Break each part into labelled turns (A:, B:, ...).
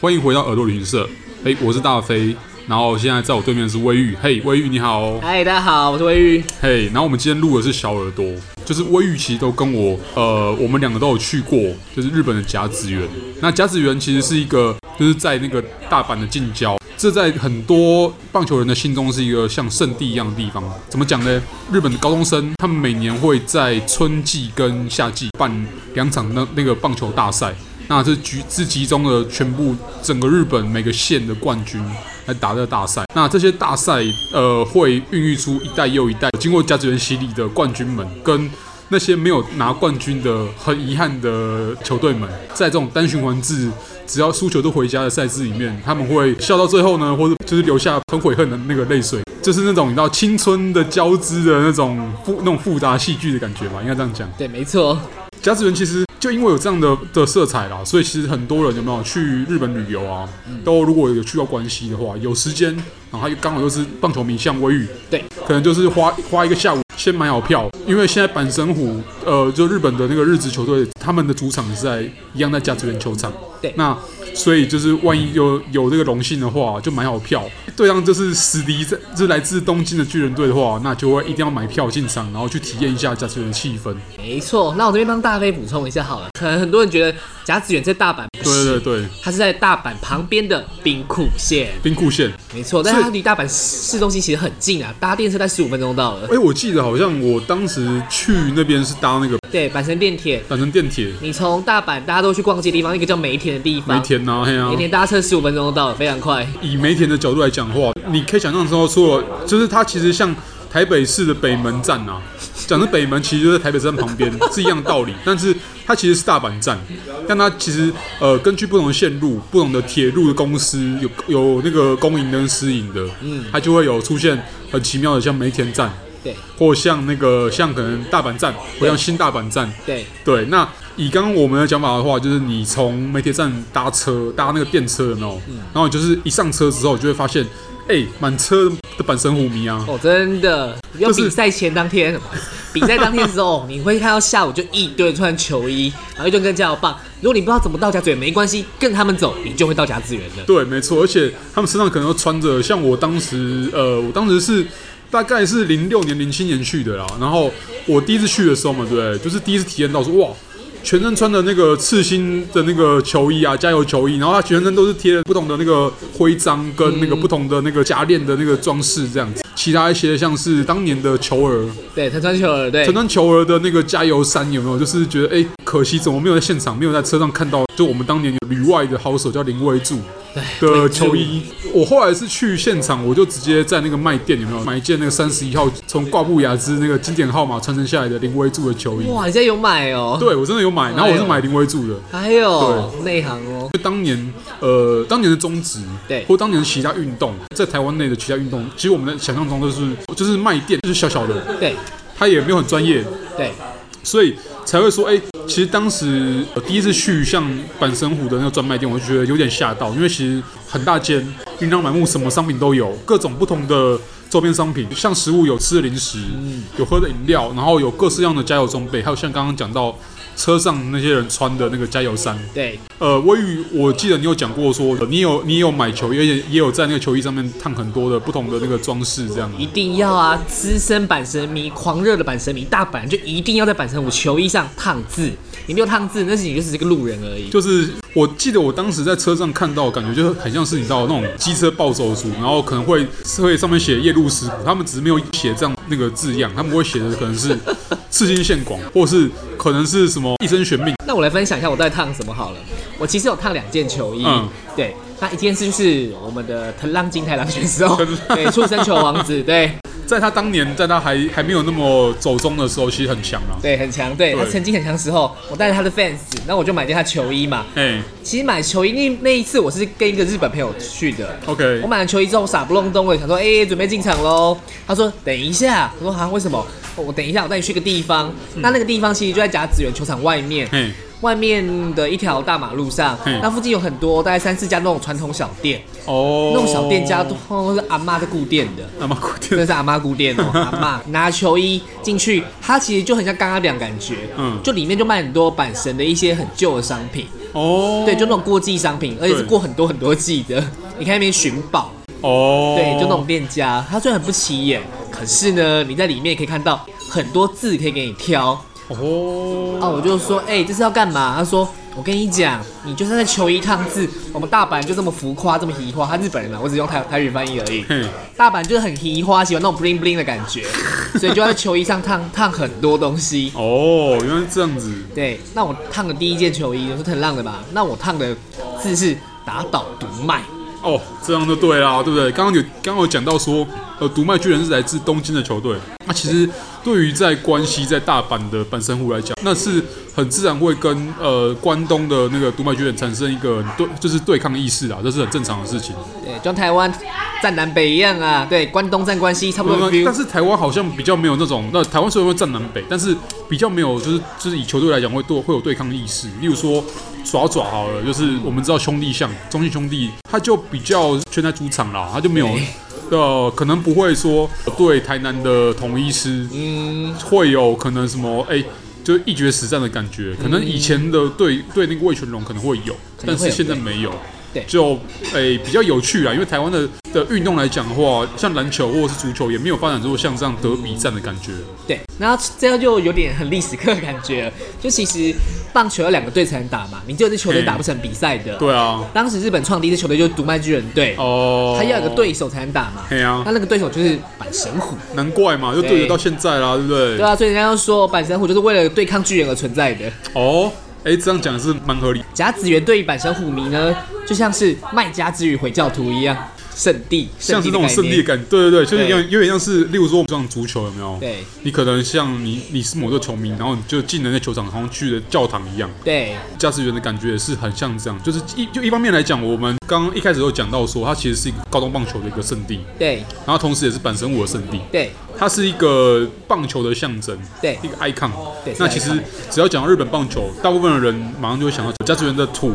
A: 欢迎回到耳朵旅行社。哎，我是大飞，然后现在在我对面是微玉。嘿，微玉你好。
B: 嗨，大家好，我是魏玉。
A: 嘿，然后我们今天录的是小耳朵，就是微玉其实都跟我，呃，我们两个都有去过，就是日本的甲子园。那甲子园其实是一个，就是在那个大阪的近郊，这在很多棒球人的心中是一个像圣地一样的地方。怎么讲呢？日本的高中生他们每年会在春季跟夏季办两场那那个棒球大赛。那这集是集中了全部整个日本每个县的冠军来打这个大赛。那这些大赛，呃，会孕育出一代又一代经过甲子园洗礼的冠军们，跟那些没有拿冠军的很遗憾的球队们，在这种单循环制，只要输球就回家的赛制里面，他们会笑到最后呢，或者就是留下很悔恨的那个泪水，就是那种你知道青春的交织的那种复那种复杂戏剧的感觉吧，应该这样讲。
B: 对，没错，
A: 甲子园其实就因为有这样的的色彩啦，所以其实很多人有没有去日本旅游啊，
B: 嗯
A: 都如果有去到关西的话，有时间，然后他又刚好又是棒球迷，像微雨，
B: 对，
A: 可能就是花花一个下午先买好票，因为现在阪神虎，呃，就日本的那个日职球队，他们的主场是在一样在甲子园球场，
B: 对
A: 那所以就是万一有有这个荣幸的话，就买好票，对上就是死敌在就是来自东京的巨人队的话，那就会一定要买票进场，然后去体验一下甲子园的气氛。
B: 没错。那我这边帮大飞补充一下好了，可能很多人觉得甲子园在大阪，不
A: 对
B: 是
A: 对，对，
B: 它是在大阪旁边的兵库县，
A: 兵库县。
B: 没错，但
A: 所以
B: 它离大阪市中心其实很近啊，搭电车在十五分钟到了
A: 哎、。我记得好像我当时去那边是搭那个
B: 对，阪神电铁，
A: 反正电铁，
B: 你从大阪大家都去逛街的地方，一个叫梅田的地方，
A: 梅田呐、啊，嘿啊
B: 梅。田搭车十五分钟就到了，非常快。
A: 以梅田的角度来讲的话，你可以想象说，除了就是它其实像台北市的北门站啊， 讲的北门其实就在台北站旁 边，是一样道理。但是它其实是大阪站，但它其实呃根据不同的线路、不同的铁路的公司有有那个公营跟私营的，嗯，它就会有出现很奇妙的像梅田站，
B: 对
A: 或像那个像可能大阪站，或像新大阪站，
B: 对
A: 对，那以刚刚我们的讲法的话，就是你从媒体站搭车搭那个电车有没有？然后你就是一上车之后，就会发现，哎、满车的阪神虎迷啊，
B: 哦，真的，要
A: 就是
B: 比赛前当天，什么比赛当天的时候，你会看到下午就一堆人穿球衣，然后一堆人跟加油棒。如果你不知道怎么到甲子园，没关系，跟着他们走，你就会到甲子园了。
A: 对，没错，而且他们身上可能都穿着，像我当时，呃，我当时是大概是零六年、零七年去的啦。然后我第一次去的时候嘛，对不对，就是第一次体验到说，哇，全身穿的那个刺青的那个球衣啊，加油球衣，然后他全身都是贴不同的那个徽章跟那个不同的那个夹链的那个装饰这样子。其他一些像是当年的球儿，
B: 对，他穿球了，对
A: 陈，川球儿的那个加油衫有没有？就是觉得哎、可惜怎么没有在现场，没有在车上看到，就我们当年有旅外的好手叫林威柱的球衣。我后来是去现场，我就直接在那个卖店有没有买一件那个三十一号从挂布雅之那个经典号码传承下来的林威柱的球衣。
B: 哇，你现在有买哦？
A: 对，我真的有买，然后我是买林威柱的。
B: 还有内行哦，
A: 就当年，呃，当年的中职，
B: 对
A: 或当年的其他运动，在台湾内的其他运动，其实我们的想象中都是就是卖店，就是小小的，
B: 对
A: 它也没有很专业，
B: 对
A: 所以才会说，哎、其实当时我第一次去像阪神虎的那个专卖店，我就觉得有点吓到，因为其实很大间，琳琅满目，什么商品都有，各种不同的周边商品，像食物有吃的零食，有喝的饮料，然后有各式各样的加油装备，还有像刚刚讲到车上那些人穿的那个加油衫。
B: 对
A: 呃，微雨，我记得你有讲过说，呃你有你有买球衣，而且也有在那个球衣上面烫很多的不同的那个装饰，这样
B: 一定要啊！资深板神迷、狂热的板神迷，大阪就一定要在板神舞球衣上烫字。你没有烫字，那是你就只是个路人而已。
A: 就是我记得我当时在车上看到，感觉就是很像是你知道那种机车暴走族，然后可能会是会上面写夜路食谱，他们只是没有写这样那个字样，他们会写的可能是刺青线广，或是可能是什么一生悬命。
B: 那我来分享一下我在烫什么好了。我其实有烫两件球衣，
A: 嗯
B: 对，那一件是就是我们的藤浪金太郎选手
A: 藤，浪
B: 对，畜生球王子，对
A: 在他当年，在他还还没有那么走中的时候，其实很强啊。
B: 对，很强，对
A: 对
B: 他曾经很强的时候，我带着他的 fans，那我就买件他球衣嘛。
A: 哎、
B: 其实买球衣那那一次我是跟一个日本朋友去的。
A: o k
B: 我买完球衣之后傻不隆咚的，想说，哎、准备进场喽。他说等一下，我说好、啊，为什么？哦我等一下，我带你去个地方。那那个地方其实就在甲子园球场外面。
A: 嘿，
B: 外面的一条大马路上
A: 嗯，
B: 那附近有很多大概三四家那种传统小店，
A: 哦，
B: 那种小店家通常都哦是阿妈的固店的，
A: 那么古
B: 真的
A: 典，
B: 是阿妈固 店哦。阿妈拿球衣进去，它其实就很像刚刚两感觉，
A: 嗯
B: 就里面就卖很多阪神的一些很旧的商品。
A: 哦，
B: 对，就那种过季商品，而且是过很多很多季的。 你看那边寻宝，
A: 哦，
B: 对，就那种店家，它虽然很不起眼，可是呢，你在里面可以看到很多字可以给你挑。
A: 哦，
B: 哦，我就说，哎、这是要干嘛？他说，我跟你讲，你就是在求一趟字。我们大阪就这么浮夸，这么移花，他日本人嘛，我只用台台语翻译而已。
A: 嘿，
B: 大阪就是很移花，喜欢那种 bling bling 的感觉，所以就要在球衣上烫烫很多东西。
A: 哦，原来是这样子，
B: 对，那我烫的第一件球衣，我说很浪的吧？那我烫的字是打倒毒卖，
A: 哦，这样就对啦，对不对？刚刚有刚刚有讲到说，呃，独卖巨人是来自东京的球队，那其实对于在关西在大阪的阪神虎来讲，那是很自然会跟呃关东的那个独卖巨人产生一个对，就是对抗意识啊，这是很正常的事情。
B: 对，就像台湾站南北一样啊，对，关东站关西差不多的 feel
A: 但是台湾好像比较没有那种，那台湾虽然会占南北，但是比较没有就是就是以球队来讲会对会有对抗意识。例如说爪爪好了，就是我们知道兄弟像中信兄弟，他就比较圈在主场啦，他就没有
B: 对。
A: 呃，可能不会说对台南的统一师，嗯，会有可能什么哎、就一决死战的感觉。可能以前的对对那个魏全龙可能会有，
B: 嗯可能
A: 但
B: 会有
A: 是现在没有。
B: 对
A: 就诶、比较有趣啦，因为台湾的的运动来讲的话，像篮球或者是足球也没有发展出像这样德比战的感觉。
B: 对，然后这样就有点很历史课的感觉了。就其实棒球要两个队才能打嘛，你只有这球队打不成比赛的。
A: 对啊，
B: 当时日本创第一支球队就是独卖巨人队，
A: 哦、
B: 他要有个，对手才能打嘛。
A: 嘿啊
B: 那那个对手就是阪神虎，
A: 难怪嘛，就对着到现在啦，对不对？
B: 对啊，所以人家就说阪神虎就是为了对抗巨人而存在的。
A: 哦，哎、这样讲是蛮合理。
B: 甲子园对于阪神虎迷呢，就像是卖家之于回教徒一样，圣地，
A: 像是那种
B: 圣
A: 胜利的
B: 地的概念。
A: 感觉，对对对，就是
B: 对
A: 有点有点像是，例如说我们这种足球有没有？
B: 对，
A: 你可能像你你是某个球迷，然后你就进了那球场，好像去了教堂一样。
B: 对，
A: 驾驶员的感觉也是很像这样，就是一就一方面来讲，我们刚刚一开始有讲到说，它其实是一个高中棒球的一个圣地，
B: 对，
A: 然后同时也是阪神舞的圣地，
B: 对，
A: 它是一个棒球的象征，
B: 对
A: 一个 icon
B: 对。
A: 那
B: 是
A: 其
B: icon
A: 实只要讲到日本棒球，大部分的人马上就会想到驾驶员的土，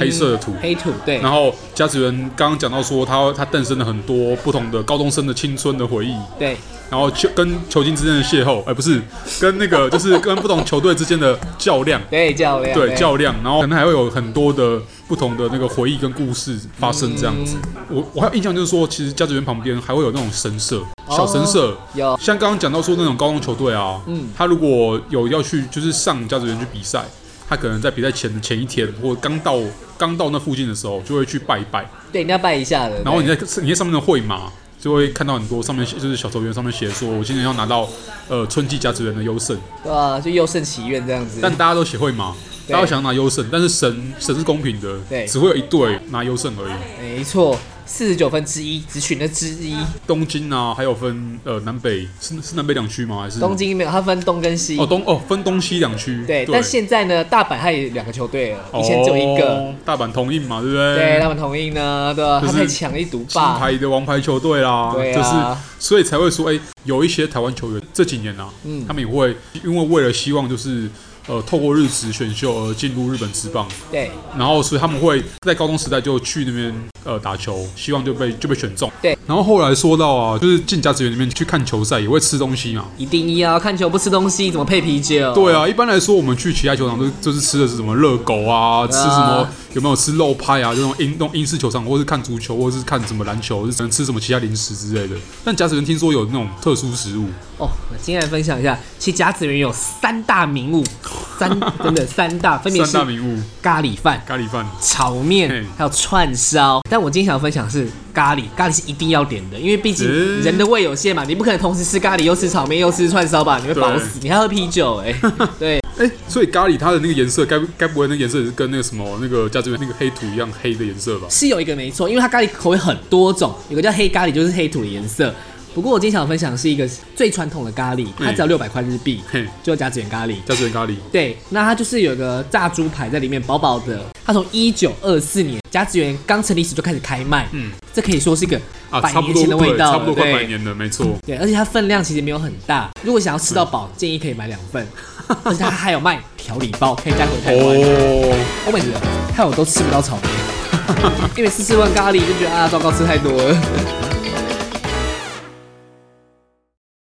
A: 黑色的土。
B: 黑土，对，
A: 然后驾驶员刚刚讲到说他，他诞生了很多不同的高中生的青春的回忆，
B: 对，
A: 然后球跟球星之间的邂逅，哎、不是跟那个就是跟不同球队之间的较量。
B: 对，较量，
A: 对较量，然后可能还会有很多的不同的那个回忆跟故事发生这样子。我我还有印象就是说，其实家子园旁边还会有那种神社，小神社。
B: 有，
A: 像刚刚讲到说那种高中球队啊，嗯，他如果有要去就是上家子园去比赛，他可能在比赛前的前一天或刚到刚到那附近的时候，就会去拜一拜，
B: 对，你要拜一下的。
A: 然后你在你在上面的会码。就会看到很多上面写就是小球员上面写说，我今年要拿到呃春季甲子园的优胜，
B: 对啊，就优胜其愿这样子。
A: 但大家都写会嘛，
B: 对
A: 大家都想拿优胜，但是神神是公平的，
B: 对
A: 只会有一队拿优胜而已。
B: 没错，四十九分之一，只取那之一。
A: 东京啊，还有分呃南北，是是南北两区吗？还是
B: 东京没有，它分东跟西。
A: 哦东哦分东西两区。
B: 对，但现在呢，大阪它也有两个球队了，以前只有一个。
A: 哦大阪同印嘛，对不对？
B: 对，他们同意呢，对吧？
A: 就
B: 他
A: 是
B: 太强力独
A: 金
B: 霸。
A: 牌的王牌球队啦，
B: 对
A: 就是
B: 啊
A: 所以才会说，哎、有一些台湾球员这几年啊，
B: 嗯
A: 他们也会因为为了希望就是呃透过日职选秀而进入日本职棒，
B: 对
A: 然后所以他们会在高中时代就去那边呃打球，希望就被就被选中。
B: 对，
A: 然后后来说到啊，就是进甲子园里面去看球赛也会吃东西嘛。
B: 一定要看球不吃东西，怎么配哦啤酒？
A: 对啊，一般来说我们去其他球场都就是吃的是什么热狗啊，吃什么有没有吃肉派啊，就那种英东英式球场，或是看足球，或是看什么篮球，或是可能吃什么其他零食之类的。但甲子园听说有那种特殊食物，
B: 哦，我今天来分享一下，其实甲子园有三大名物， 三真的三大，分别
A: 三
B: 是
A: 大名物
B: 咖喱饭、
A: 咖喱饭。
B: 炒面
A: 嘿
B: 还有串烧。但我今天想要分享的是咖喱，咖喱是一定要点的，因为毕竟
A: 嗯
B: 人的胃有限嘛，你不可能同时吃咖喱又吃炒面又吃串烧吧，你会饱死，你还喝啤酒 哎、对，
A: 哎、所以咖喱它的那个颜色，该不该不会那个颜色也是跟那个什么那个甲子园那个黑土一样黑的颜色吧？
B: 是有一个没错，因为它咖喱口味很多种，有个叫黑咖喱，就是黑土的颜色。不过我今天想分享的是一个最传统的咖喱，它只要六百块日币
A: 嘿，
B: 就加减咖喱。
A: 甲子园咖喱。
B: 对，那它就是有个炸猪排在里面，薄薄的。它从一九二四年甲子园刚成立时就开始开卖，嗯
A: 嗯，
B: 这可以说是一个
A: 啊，
B: 百
A: 差不
B: 年
A: 多
B: 前的味
A: 对
B: 道
A: 差
B: 了
A: 不多快
B: 对
A: 百年了，没错。
B: 对，而且它分量其实没有很大，如果想要吃到饱，建议可以买两份。 而且它还有卖调理包，可以带回台湾。
A: 嗯哦，
B: 我 每次害我都吃不到炒面，因为四四万咖喱就觉得啊糟糕，吃太多了。